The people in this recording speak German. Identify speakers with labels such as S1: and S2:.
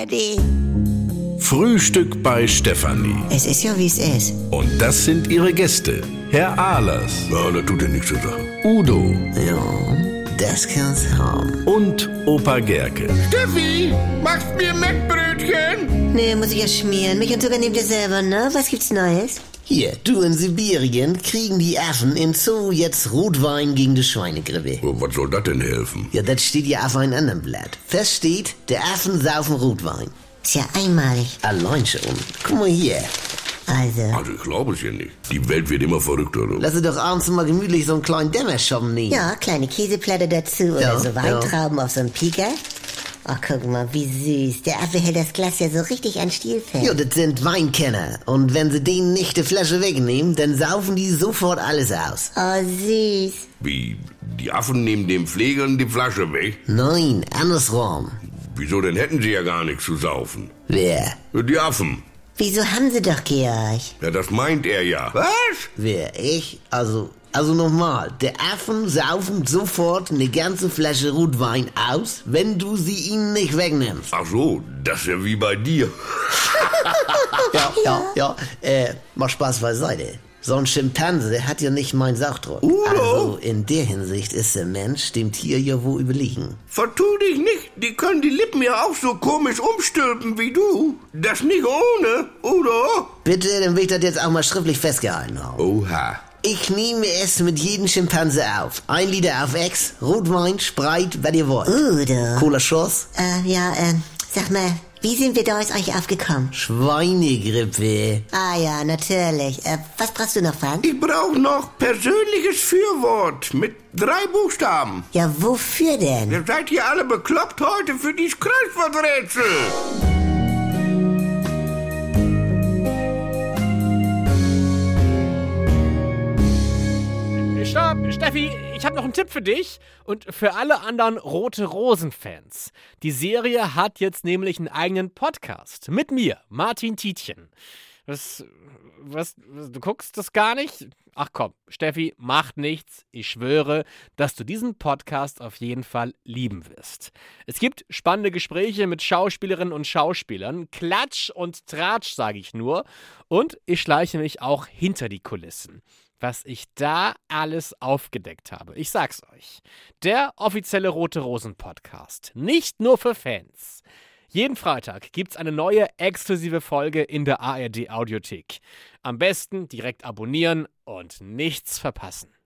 S1: Eddie.
S2: Frühstück bei Stefanie.
S1: Es ist ja, wie es ist.
S2: Und das sind ihre Gäste. Herr Ahlers,
S3: Ja, das tut dir nichts zur Sache.
S2: Udo
S1: Ja, das kann's haben.
S2: und Opa Gerke.
S4: Steffi, machst mir Mettbrötchen?
S1: Nee, muss ich ja schmieren. Mich und sogar nehmt ihr selber, ne? Was gibt's Neues?
S5: Hier, du in Sibirien kriegen die Affen im Zoo jetzt Rotwein gegen die Schweinegrippe.
S3: Oh, Was soll das denn helfen?
S5: Ja, das steht ja auf einem anderen Blatt. Fest steht, der Affen saufen Rotwein.
S1: Tja, einmalig.
S5: Allein schon. Guck mal hier.
S1: Also.
S3: Also, ich glaube es ja nicht. Die Welt wird immer verrückter. Du.
S5: Lass sie doch abends mal gemütlich so einen kleinen Dämmerschoppen nehmen.
S1: Ja, kleine Käseplatte dazu
S5: Ja,
S1: oder so Weintrauben auf so einem Pieker. Ach, guck mal, wie süß. Der Affe hält das Glas ja so richtig an Stiel fest.
S5: Ja, das sind Weinkenner. Und wenn sie denen nicht die Flasche wegnehmen, dann saufen die sofort alles aus.
S1: Oh, süß.
S3: Wie, die Affen nehmen den Pflegern die Flasche weg?
S5: Nein, andersrum.
S3: Wieso denn hätten sie ja gar nichts zu saufen?
S5: Wer?
S3: Die Affen.
S1: Wieso haben sie doch, Georg?
S3: Ja, das meint er ja. Was?
S5: Wer? Ich? Also, also nochmal. Der Affen saufen sofort eine ganze Flasche Rotwein aus, wenn du sie ihnen nicht wegnimmst.
S3: Ach so, das ist ja wie bei dir.
S5: Ja, ja, ja. Äh, mal Spaß beiseite. So ein Schimpanse hat ja nicht meinen Sauchdruck.
S3: Udo!
S5: Also in der Hinsicht ist der Mensch dem Tier ja wohl überlegen.
S3: Vertu dich nicht, die können die Lippen ja auch so komisch umstülpen wie du. Das nicht ohne, oder?
S5: Bitte, dann will ich das jetzt auch mal schriftlich festgehalten haben.
S3: Oha.
S5: Ich nehme es mit jedem Schimpanse auf. Ein Liter auf Ex, Rotwein, Spreit, was ihr
S1: Äh?
S5: wollt.
S1: Udo.
S5: Cola Schuss,
S1: Äh, ja, ähm, sag mal, wie sind wir da aus euch aufgekommen?
S5: Schweinegrippe.
S1: Ah ja, natürlich. Äh, was brauchst du noch, Frank?
S3: Ich brauche noch persönliches Fürwort mit drei Buchstaben.
S1: Ja, wofür denn?
S3: Ihr seid hier alle bekloppt heute für dieses Kreuzworträtsel.
S6: Stopp, Steffi, ich habe noch einen Tipp für dich und für alle anderen Rote Rosen-Fans. Die Serie hat jetzt nämlich einen eigenen Podcast mit mir, Martin Tietjen. Was, was, was, du guckst das gar nicht? Ach komm, Steffi, macht nichts. Ich schwöre, dass du diesen Podcast auf jeden Fall lieben wirst. Es gibt spannende Gespräche mit Schauspielerinnen und Schauspielern. Klatsch und Tratsch, sage ich nur. Und ich schleiche mich auch hinter die Kulissen was ich da alles aufgedeckt habe. Ich sag's euch. Der offizielle Rote Rosen Podcast. Nicht nur für Fans. Jeden Freitag gibt's eine neue exklusive Folge in der ARD Audiothek. Am besten direkt abonnieren und nichts verpassen.